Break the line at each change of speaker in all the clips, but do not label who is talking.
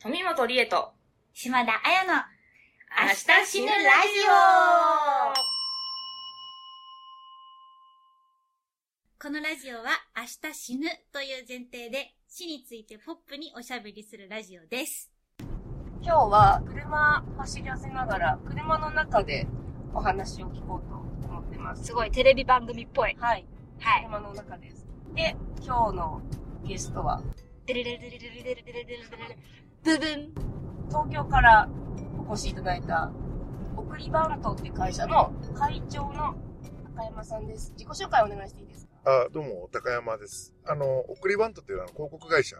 富本理恵と、
島田彩の
明日死ぬラジオ
このラジオは明日死ぬという前提で死についてポップにおしゃべりするラジオです。
今日は車走らせながら、車の中でお話を聞こうと思ってます。
すごいテレビ番組っぽい。
はい。
はい。
車の中です。で、今日のゲストは、
デレレレレレレレレレレレレブブン。
東京からお越しいただいた、送りバントって会社の会長の高山さんです。自己紹介お願いしていいですか
あどうも、高山です。あの、送りバントっていうのは広告会社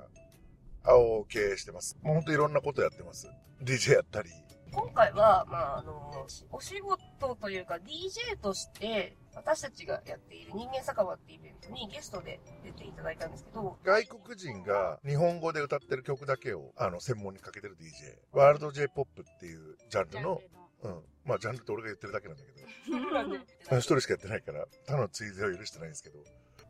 を経営してます。もうほんといろんなことやってます。DJ やったり、
今回は、まあ、あの、お仕事というか DJ として、私たちがやっている人間酒場ってイベントにゲストで出ていただいたんですけど、
外国人 が日本語で歌ってる曲だけを、あの、専門にかけてる DJ。ワールド J-POP っていうジャンルの、うん。まあ、ジャンルって俺が言ってるだけなんだけど、 あの一人しかやってないから、他の追随を許してないんですけど。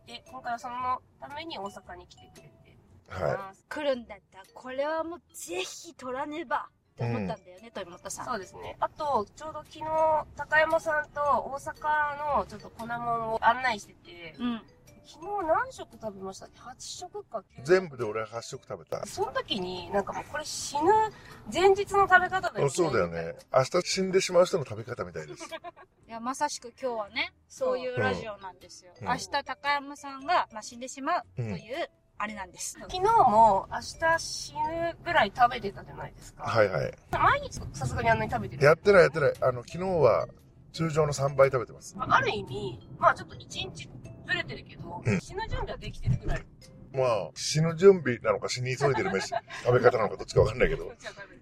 で、今回はそのために大阪に来てくれて
は
ます。
来るんだったら、これはもうぜひ取らねばって思ったんだよね、と思ったさん。
そうですね。あと、ちょうど昨日、高山さんと大阪のちょっと粉もんを案内してて、
うん。
昨日何食食べましたっけ ?8 食か
い。
9食。
全部で俺は8食食べた。
その時に、なんかもうこれ死ぬ前日の食べ方だよ
あ
ね。
そうだよね。。明日死んでしまう人の食べ方みたいです。
いや、まさしく今日はね、そういうラジオなんですよ。
うん
明日、高山さんが、まあ、死んでしまう
う。、
というんあれなんです。
昨日も明日死ぬぐらい食べてたじゃないですか。
はいはい。
毎日さすがにあんなに食べてる。
やってないやってない。あの、昨日は通常の3倍食べてます。
まあある意味、まあちょっと1日ずれてるけど、
うん
死ぬ準備はできてるぐらい。
まあ、死ぬ準備なのか死に急いでる飯、食べ方なのかどっちかわかんないけど。もう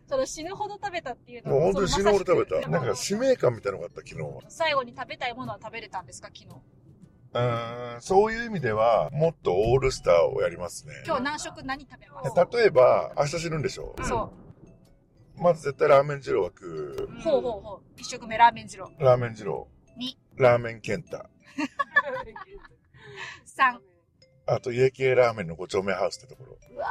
その死ぬほど食べたっていう
本当に死ぬほど食べた。
く
なんか使命感みたいなのがあった、昨日は。
最後に食べたいものは食べれたんですか、昨日。
うーん、そういう意味では、もっとオールスターをやりますね。
今日何食何食べま
日
す
例えば、明日死ぬんでしょ
うん
そ
まず絶対ラーメン二郎は食
う。ほうほうほう。一食目ラーメン二郎。
う。ラーメン二郎。
に
ラーメンケンタ。
三。
あと、家系ラーメンの五丁目ハウスってところ。
うわ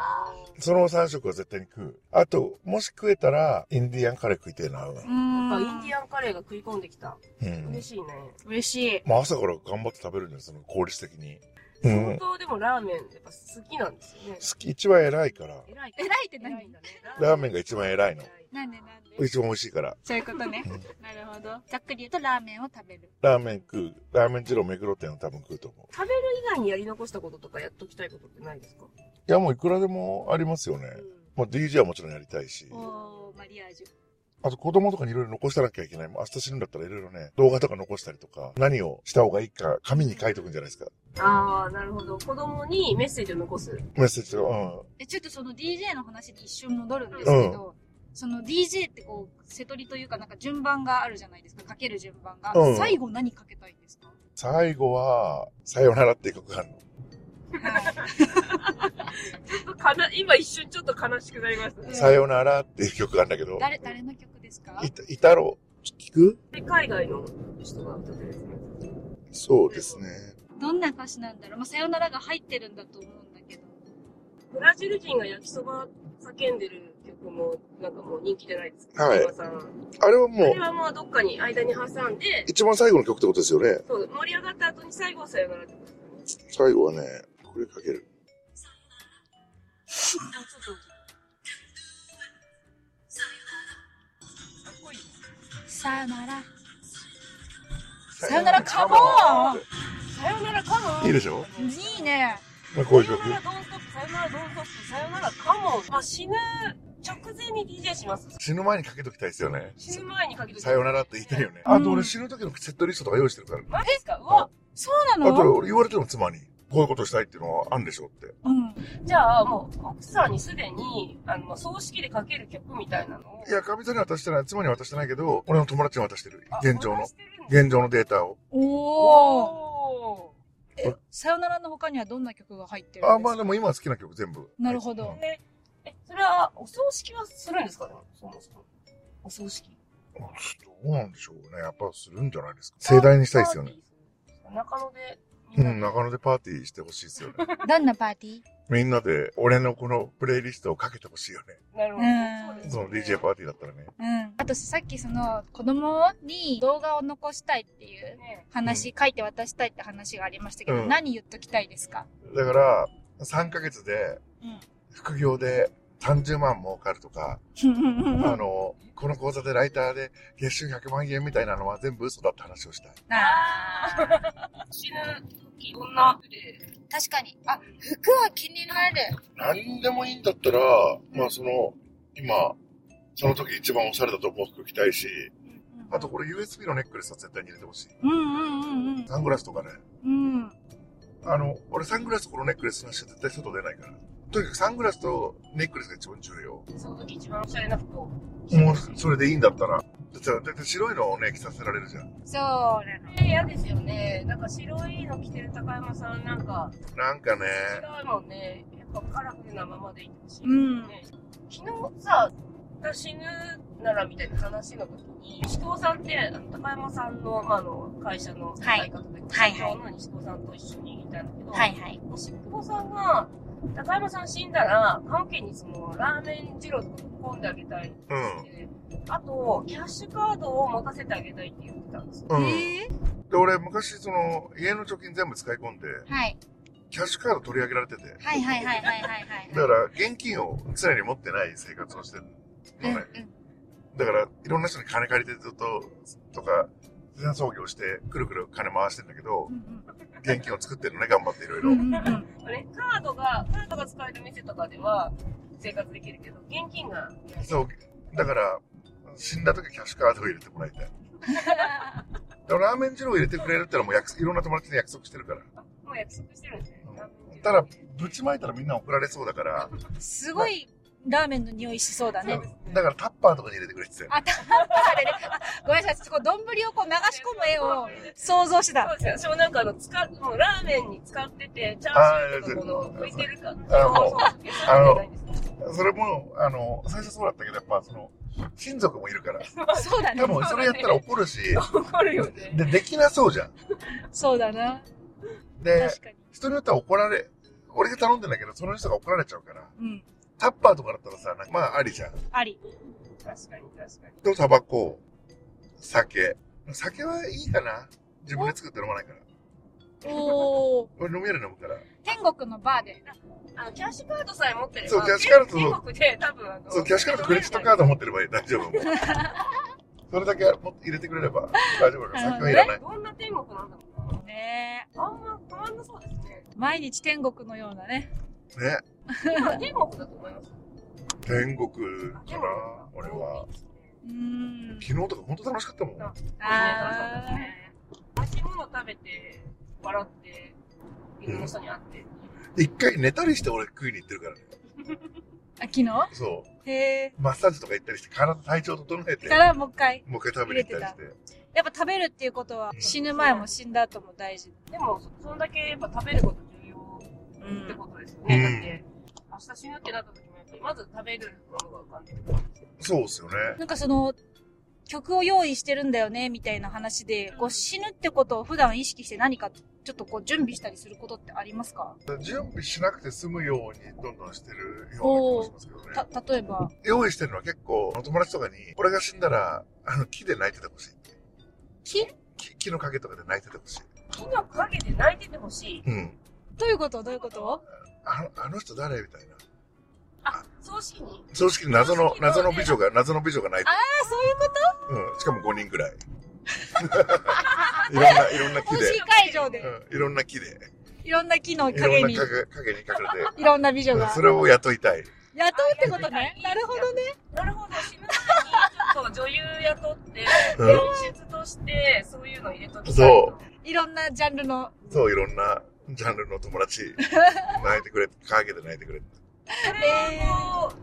その3食は絶対に食う。あと、もし食えたら、インディアンカレー食いてえな。う
ー。
ん。
なんかイ
ん
ンディアンカレーが食い込んできた。嬉しいね。
嬉しい。
まあ、朝から頑張って食べるんですよ、効率的に。う
相
ん。
当でもラーメンやっぱ好きなんですよね。
好き、一番偉いから。
偉い。
偉いって
偉い
何
んだね。
ラーメンが一番偉いの。
なんでなんで
一番美味しいから。
そういうことね
うん。
なるほど。ざっくり言うとラーメンを食べる。
ラーメン食う。ラーメン二郎目黒店を多分食うと思う。
食べる以外にやり残したこととかやっときたいことってないですか
いや、もういくらでもありますよね。まあ、DJ はもちろんやりたいし。
おー、マリアージュ。
あと子供とかにいろいろ残さなきゃいけない。もう明日死ぬんだったらいろいろね、動画とか残したりとか、何をした方がいいか、紙に書いとくんじゃないですか。
ああ、なるほど。子供にメッセージを残す。
メッセージを。
え、ちょっとその DJ の話に一瞬戻るんですけど、その DJ ってこう、瀬取りというかなんか順番があるじゃないですか。かける順番が。
うん
最後何かけたいんですか
うん。最後は、さよならっていう曲があるの。
かな今一瞬ちょっと悲しくなりましたね。
さよならっていう曲があるんだけど、
誰、誰の曲ですか
いた、いたろう。聞く
海外の人が歌ってるやつね
そうですね。
どんな歌詞なんだろうまあ、さよならが入ってるんだと思うんだけど。
ブラジル人が焼きそば叫んでる曲も、なんかもう人気じゃないですか。
はい
今さん
あれは
あ
もう
れ、はまあどっかに間に挟んで、
一番最後の曲ってことですよね。
そう、盛り上がった後に最後はさよならってことですよね。
最後はね、これかける。
あ、ちょっと。かっこいい。
さよなら。さよならカモン
さよならカモン
いいでしょ
いいね。
まあ、こういう
さよ
曲。
ならドンストップ、さよならドンストップ、さよならカモン。まあ死ぬ直前に DJ します。
死ぬ前にかけときたいですよね。
死ぬ前にかけて
さよならって言いたいよね。
うん
あと俺死ぬ時のセットリストとか用意してるから。
マジですかうわ
そうな
あと
の
俺言われても妻に、こういうことしたいっていうのはあるんでしょうって。
うん。
じゃあもう奥さんにすでに、あの、葬式でかける曲みたいなのを。
いや、かみさんには渡してない、妻には渡してないけど、俺の友達に渡してる。
あ、
現状の
渡し。てるんだ
現状のデータを。
おお。
お
え、さよならの他にはどんな曲が入ってるんですか
あ、まあでも今好きな曲全部。
なるほど
ー。え、えそれは、お葬式はするんですかねそもそも。お葬式。
うん。どうなんでしょうね。やっぱするんじゃないですか。盛大にしたいですよ
パ
ね。
ーティーする。中野で、
うん、中野でパーティーしてほしいですよね。
どんなパーティー
みんなで俺のこのプレイリストをかけてほしいよね。
なるほ
うん
ど。
そ
そう
の
です
DJ
よね
パーティーだったらね。
うん。あとさっきその子供に動画を残したいっていう
ね
話、書いて渡したいって話がありましたけど、
うん
何言っときたいですか
だから、3ヶ月で
うん、
副業で30万儲かるとか、 あの、この講座でライターで月収100万円みたいなのは全部嘘だって話をしたい。
あー
死ぬ時、どんなプレイ
確かに。あ、服は気になる。
何でもいいんだったら、まあその、今、その時一番おしゃれだと思う服着たいし、あとこれ USB のネックレスは絶対に入れてほしい。
うんうんうんうん。
サングラスとかね。
うん。
あの、俺サングラスとこのネックレスなしは絶対外出ないから。とにかくサングラスとネックレスが一番重要。
その時一番おしゃれな服を。
もうそれでいいんだったら。だってだって白いのをね、着させられるじゃん。
そうなの。
え、嫌ですよね。なんか白いの着てる高山さんなんか、
なんかね、
違うもんね。やっぱカラフルなままでいてほしい、
うん
ね。昨日さ、死ぬならみたいな話の時に、西藤さんって、あの高山さんの、まあ、あの、会社の
はい
相方で、
はい
社長の西藤さんと一緒にいたんだけど、
はいはい。
西久保さんが、高山さん死んだら、関係にその、ラーメン二郎とかぶっ込んであげたいって言って、あと、キャッシュカードを持たせてあげたいって言ってたんですよ。
うん。で、
え
俺昔その、家の貯金全部使い込んで、
ーはい。
キャッシュカード取り上げられてて、
はいはいはいはいはいはい。
だから現金を常に持ってない生活をしてるのね。だから、いろんな人に金借りてずっと、とか、自然創業して、くるくる金回してんだけど
う、ん
現金を作ってるのね、頑張っていろい
うん
ろ。
うんうんうん。
あれカードが、カードが使える店とかでは、生活できるけど、現金が、
そう、だから、死んだ時キャッシュカードを入れてもらいた い。でもラーメン二郎入れてくれるってのはもう約束いろんな友達に約束してるから。
もう約束してるんですね。
ただ、ぶちまいたらみんな怒られそうだから、
すごいラーメンの匂いしそうだね。
だからタッパーとかに入れてくれって言って
あ、タッパーでね。あごめんなさい、そこ、丼をこう流し込む絵を想像して
そ
た。
うですよ。私もなんかあの、使う、もうラーメンに使ってて、チャーシューとかこの、
あー
浮いてるか。
あもうあ の
そうそう
たよ。それも、あの、最初そうだったけど、やっぱその、親族もいる から、
そうだね
多。分それやったら怒るし、
怒るよね。
で、できなそうじゃん。
そうだな。
で、
確かに。
人によっては怒られ、俺が頼んでんだけど、その人が怒られちゃうから、
うん。
タッパーとかだったらさ、なんかまあありじゃん。
あり。
確かに確かに。
と、タバコ、酒。酒はいいかな。自分で作って飲まないから。
おー。
俺飲み屋で飲むから。
天国のバーで。
あの、キャッシュカードさえ持ってれば。
そうキャッシュカード
全国で多分あの。
そう、キャッシュカード、クレジットカード持ってればいい。大丈夫。 もうそれだけも入れてくれれば大丈夫だから、酒はいらない。
どんな天国なんだろうな。
ねえ。
あんま変わんなそうですね。
毎日天国のようなね。
ね。
今、天国だと思います。
天国
あ
かな、俺は。。
うーん。
昨日とか本当楽しかったもん。
ああ
あ
美味しいもの食べて、笑って、いろんな人に会って。
一回寝たりして俺食いに行ってるからね。
ー。あ、昨日
そ
へえ。
う。マッサージとか行ったりして、体、体調整えて
か、らもう一回。
もう一回食べに行ったりして。
やっぱ食べるっていうことは、死ぬ前も死んだ後も大事。
でも、そそんだけやっぱ食べること重
う
要って
ん。
ことですよ
う
ね。
ん
だって、明日死ぬってなった時もやっぱり、まず食べるものが浮かんでくるんですよ。
そうっすよね。
なんかその、曲を用意してるんだよね、みたいな話で、こう死ぬってことを普段意識して何か、ちょっとこう準備したりすることってありますか
準備しなくて済むようにどんどんしてるような気がしますけどね。
た、例えば。
用意してるのは結構、お友達とかに、俺が死んだら、あの、木で泣いててほしいって。
木
木木の陰とかで泣いててほしい。
木の陰で泣いててほしい。
うん。
どういうことどういうこと
あの、あの人誰みたいな。
あ、葬式に
正直謎の、謎の美女が、謎の美女が泣いて
ああ、そういうこ
る。うん。しかも5人くらい。 いろんな、いろんな木
と
で
本。心会場で、
うん。いろんな木で。
いろんな木の
いろ
陰
んな
に、い
影影に隠れて。
ろんな美女
うん
が
そ。れを雇いたい。
雇うってことね。なるほどね。
なるほど、死ぬ前にちょっと女優雇って、
うん
演出として、そういうの入れときたい
そ
と。
いろんなジャンルの、
そう、いろんなジャンルの友 達。泣いてくれ。影で泣いてくれ。
それをこ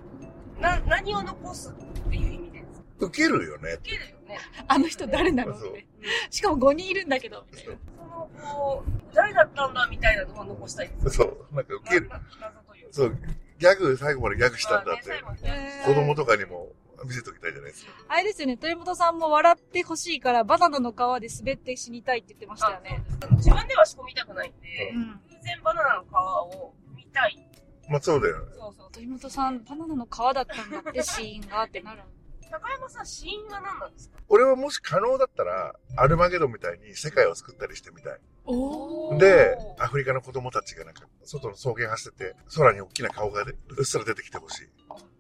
う、な、何を残すっていう意味でです。
受けるよね。
受けるよね。
あの人誰なのっ
そう
て。しかも5人いるんだけど、みたいな。
その、こう、誰だったんだみたいなのを残したいです。
そう。なんか受ける。
なな謎というか。
そう、ギャグ、最後までギャグしたんだって
まあ。ね最後にね
子供とかにも見せときたいじゃないですか。
あれですよね、豊本さんも笑ってほしいから、バナナの皮で滑って死にたいって言ってましたよね。
あの自分では仕込みたくないんで、
うん。
偶然バナナの皮を見たい
まあそうだよね。
そうそう。
鳥本さん、バナナの皮だったんだって、死因がってなる。
高山さん、死因は何なんですか
俺はもし可能だったら、アルマゲドンみたいに世界を救ったりしてみたい。
お
ー
で、アフリカの子供たちがなんか、外の草原走ってて、空に大きな顔がでうっすら出てきてほしい。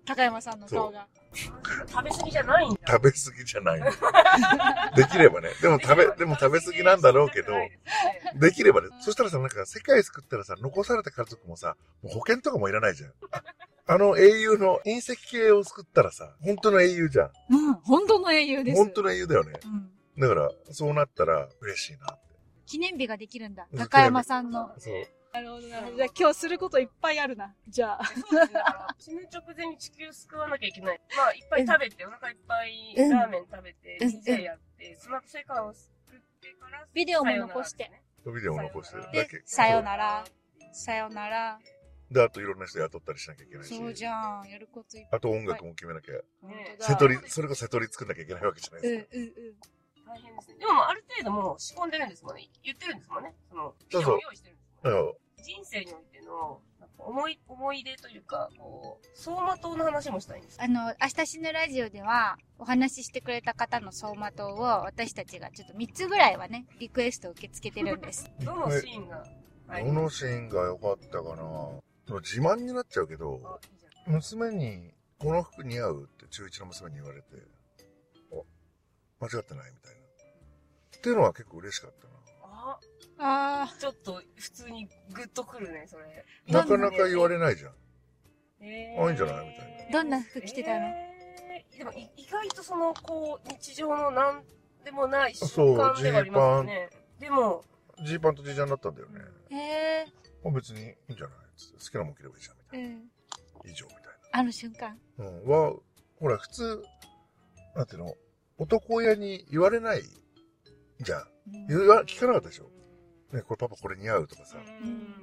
高山さんの顔が。
食べ過ぎじゃないんだ。
食べ過ぎじゃ ない。できればね。でも食べ、でも食べ過ぎなんだろうけど、できればね。そしたらさ、なんか世界救ったらさ、残された家族もさ、もう保険とかもいらないじゃん。あの英雄の隕石系を救ったらさ、本当の英雄じゃ
うん、本当の英雄
ん。
です。
本当の英雄だよね。
うん。
だから、そうなったら嬉しいな。
記念日ができるんだ
う。ん
高山さんの。
そう。
なるほど、なるほど。じゃあ今日することいっぱいあるな。じゃあ。
そうですね。だから 死ぬ直前に地球救わなきゃいけない。まあ、いっぱい食べて、お腹いっぱい
うん
ラーメン食べて、
うん
DJ やって、その後世界を救ってから、
ビデオも残して
さよならですね。
ビデオを残してるだ
で
け。、
さよなら。さよなら。
そうで、あといろんな人雇ったりしなきゃいけないし。
そうじゃん。やることいっぱい。
あと音楽も決めなきゃ。
本当だ
瀬戸り、それこそ瀬戸り作んなきゃいけないわけじゃない
う
で
ん、うん
すか。、
うん。
大変ですね。でも、ある程度もう仕込んでるんですもんね。言ってるんですもんね。その、
そうそ
ビデオ
う
を用意してるんですもんね。
だから
人生においての、なんか思い、思い出というか、こう、走馬灯の話もしたいんです。
あの、明日死ぬラジオでは、お話ししてくれた方の走馬灯を私たちがちょっと3つぐらいはね、リクエストを受け付けてるんです。
どのシーンが、はい
どのシーンが良かったかなでも自慢になっちゃうけど、娘に、この服似合うって中1の娘に言われて、あ、間違ってないみたいな。っていうのは結構嬉しかった
あ、
あ
ちょっと、普通にグッとくるね、それ。
な。なかなか言われないじゃん。
え
あいいんじゃないみたい
などんな服着てたの
えーでもい、意外とその、こう、日常のなんでもない瞬
そ
間
う
ではありますよね。でも、
ジーパンとジージャンだったんだよね。
へえ。
あ別にいいんじゃないつって好きなもん着ればいいじゃんみた
う
い
ん。
な。以上みた
あの瞬間。
いな。うん。は、ほら普通、なんていうの、男親に言われないじゃん。言わ聞かなかったでしょ。ね、これパパこれ似合うとかさ。
うん。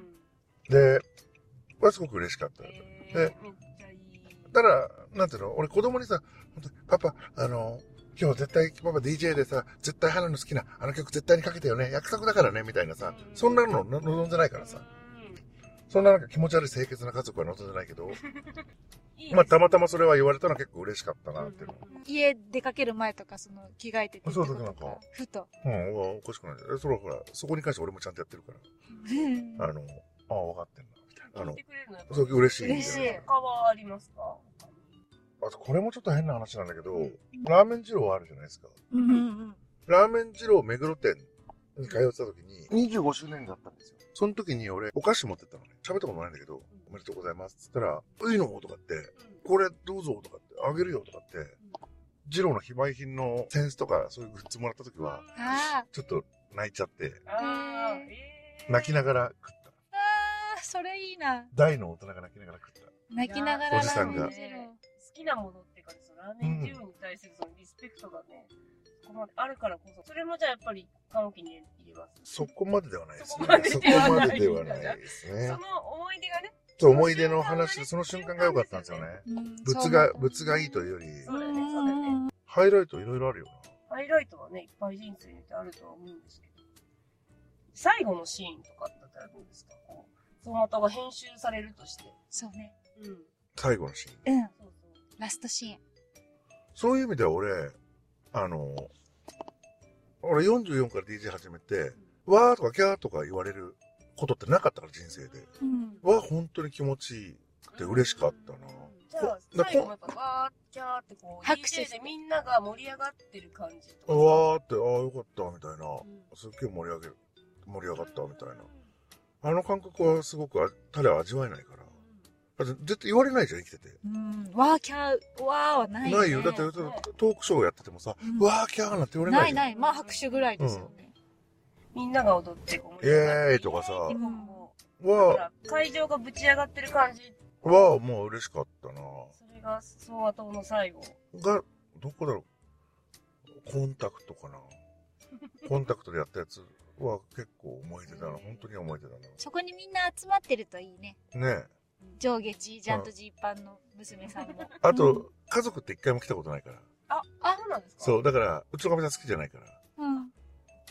で、はすごく嬉しかった。
えーめっちゃいい。
ただ、なんていうの、俺子供にさ、本当パパ、あの、今日絶対、パパ DJ でさ、絶対花の好きな、あの曲絶対にかけてよね、約束だからね、みたいなさ、そんなのの望んでないからさ、
うん
そんななんか気持ち悪い清潔な家族は望んでないけ ど、
いい
まあたまたまそれは言われたのは結構嬉しかったな、っていうの。
家出かける前とか、その、着替えてて。
そうそうなんか
ふと。
うん、うわおかしくないじゃん。えそれはほら、そこに関して俺もちゃんとやってるから、あの、ああ、分かってんな、みた
聞
いな。あの
いて、くれるのやっぱ
そう嬉しいんだよね。
嬉しい
他はありますか
あと、これもちょっと変な話なんだけど、ラーメン二郎あるじゃないですか。
うん、うん、うん。
ラーメン二郎目黒店に通ってた時に、25周年だったんですよ。その時に俺、お菓子持ってったのね。喋ったことないんだけど、おめでとうございます。つったら、いいのとかって、これどうぞとかって、あげるよとかって、二郎の非売品のセンスとか、そういうグッズもらった時は、
あ
ちょっと泣いちゃって、
あーえー
泣きながら食った。
あ、ああ、それいいな。
大の大人が泣きながら食った。
泣きながら
おじさんが
ラーメン二郎
好きなものっていうか、そのラーメン二郎に対するそのリスペクトがね、そこまであるからこそ、それもじゃあやっぱり、歓喜に入れます。
そこまでではないですね。
そ
そ
こ
こ
ま
ま
で
で
で
で
は
は
ない
ないです
そ
ね
の。思い出がね、
そう思い出の話で、その瞬間が良かったんですよね。
うん
物が、物がいいというより、
そうだよね、そうだよね。
ハイライトいろいろあるよな。
ハイライトはね、いっぱい人生にってあるとは思うんですけど、最後のシーンとかだったらどうですかこう、そのまたが編集されるとして。
そうね。
うん。
最後のシーン。
うん。
そうそう。
ラストシーン。
そういう意味では俺、あの、俺44から DJ 始めて、わーとかキャーとか言われることってなかったから人生で。
うん。
わー本当に気持ちいいって嬉しかったな。
じゃあ、
だ
最後もやっぱ、わー、キャーってこう、
拍手
DJ でみんなが盛り上がってる感じとか。
わーって、ああよかったみたいな。
うん
すっげえ盛り上げる、盛り上がったみたいな。あの感覚はすごくあ彼は味わえないから。だって絶対言われないじゃん、生きてて。
うん。わーキャー、わーはない、ね。
ないよ。だってトークショーやっててもさ、
うん
わーキャーなんて言われな
ないい
じゃん。
ない。まあ拍手ぐらいですよね。
みんなが踊って、こう
イエーイとかさ
イエーイとかもほ
わ
ら会場がぶち上がってる感じ。
ー、わーもう嬉しかったな。
それが、走馬灯の最後。
が、どこだろう。コンタクトかな。コンタクトでやったやつは結構思い出だな。本当に思い出だ
そこにみんな集まってるといいね。
な。ね
上下ジージャンとジーパンの娘さんも。
え。あと、家族って一回も来たことないから。
あ、あ、そうなんですか。
そうう、だから、うちのかみさん好きじゃないから。
うん。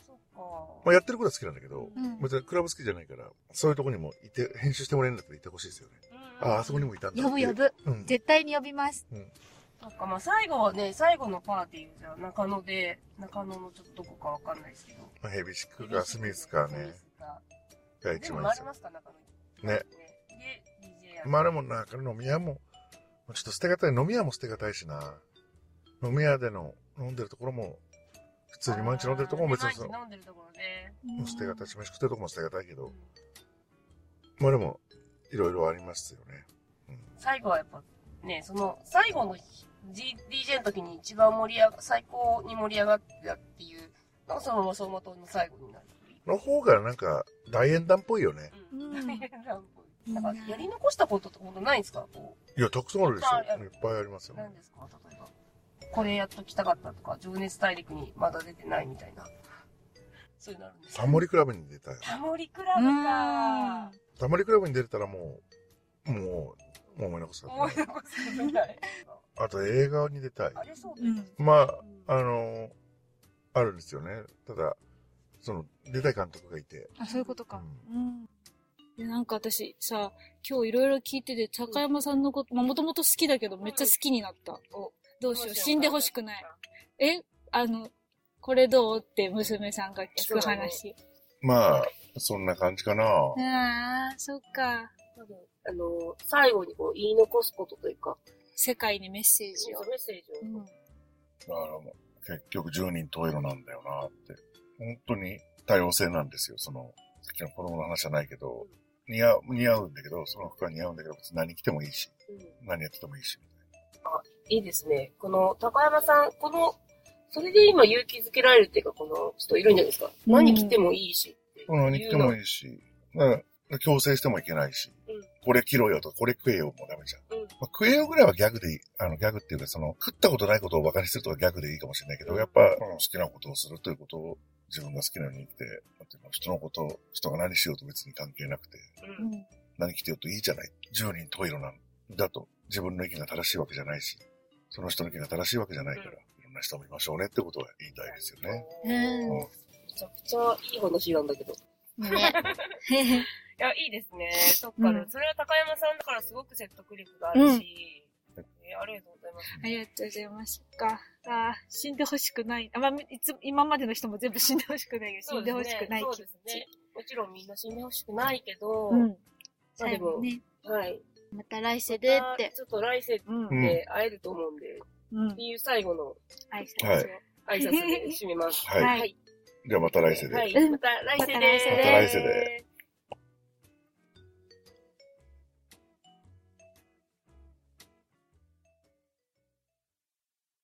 そっか。
まあ、やってることは好きなんだけど、
うん。
別にクラブ好きじゃないから、そういうとこにもいて、編集してもらえるんだったらいてほしいですよね。
うん
あ、あそこにもいたんだ。
呼ぶ呼。ぶ。
うん。
絶対に呼びます。
そっか、まあ最後はね、最後のパーティーじゃあ中野で、中野のちょっとどこかわかんないですけど。
まあヘビシックかスミスかね。
ス
が
ミスか。で
一
も
番
回
最
り
初
ますか、中野
ね。
で、DJ やる。
まあでもなんか飲み屋も、ちょっと捨てがたい、飲み屋も捨てがたいしな。飲み屋での飲んでるところも、普通に毎日飲んでるところも別にそ
あー
の
毎日飲んでるところね。
もう捨てがたいし、飯食ってるとこも捨てがたいけ
う
ど
ん、
まあでも、いろいろありますよね。
最後はやっぱ、ね、その、最後の日、G、DJ の時に一番盛り上が、最高に盛り上がったっていうのがそのまま相馬灯の最後になる。
の方がなんか、大演談っぽいよね。
う。
うんん
なんか、やり残したことって本当ないんですかこ
いや、たくさんあるでし
いっぱいあ
ょ。
る
いっぱいあります
う、
よ。
何ですか例えば。これやっときたかったとか、情熱大陸にまだ出てないみたいな。そういうのあるんですか
タモリクラブに出たよ。
タモリクラブか
タモリクラブに出れたらもう、もう、思い残す
思い残すことない。
あと映画に出たい
あ。れそう
う
です
ん。
ま
うん
あ、あの、あるんですよね。ただ、その、出たい監督がいて。
あ、そういうこと
う
か。
ん
うん。で、なんか私さ、今日いろいろ聞いてて、高山さんのこと、まあ、もともと好きだけど、めっちゃ好きになった。お、どうしよう、死んでほしくない。。え、あの、これどうって娘さんが聞く話。
まあ、そんな感じかな。
ああ、そっか。
多分あの、最後にこう言い残すことというか、
世界にメッセージを。
メッセージを。
だからもう、結局10人十色なんだよなって。本当に多様性なんですよ。その、さっきの子供の話じゃないけど、似合う、似合うんだけど、その服は似合うんだけど、別に何着てもいいし、
うん
何やっててもいいし。
いいですね。この、高山さん、この、それで今勇気づけられるっていうか、この、ちょっといるんじゃないですか。何着てもいいし。
何着ても
い。
いいし、だから強制してもいけないし、
うん
これ着ろよとか、これ食えよもダメじゃん。
うん
まあ、食えよぐらいはギャグでいい、あの、ギャグっていうか、その、食ったことないことを馬鹿にするとかギャグでいいかもしれないけど、
うん
やっぱ、うん好きなことをするということを、自分が好きなように生きて、なんていうの人のこと、人が何しようと別に関係なくて、
うん
何着てようといいじゃない。十人十色なんだと、自分の意見が正しいわけじゃないし、その人の意見が正しいわけじゃないから、
うん
いろんな人を見ましょうねってことは言いたいですよね。
うん。
うん
めちゃくちゃいい話なんだけど。い
ね。
や、いいですね。そっか、
うん
それは高山さんだからすごく説得力があるし、えありがとうございます。
ありがとうございます。そっか。ああ、死んでほしくない。あまあ、いつ、今までの人も全部死んでほしくないよ。死んでほしくない
そう
気
で
持
す
ち
ね。。もちろんみんな死んでほしくないけど、
うん。
まあで
最後
も、
ね。
はい。
また来世でっ
また
て。
ちょっと来世
うん
う。ん
で会えると思うんで、
うん
っ。ていう最後の
挨拶
はい
を。
挨拶で締めます。
はい。
はい
じゃあまた来世で。
はい。また来世で。
また来世で
また来世で。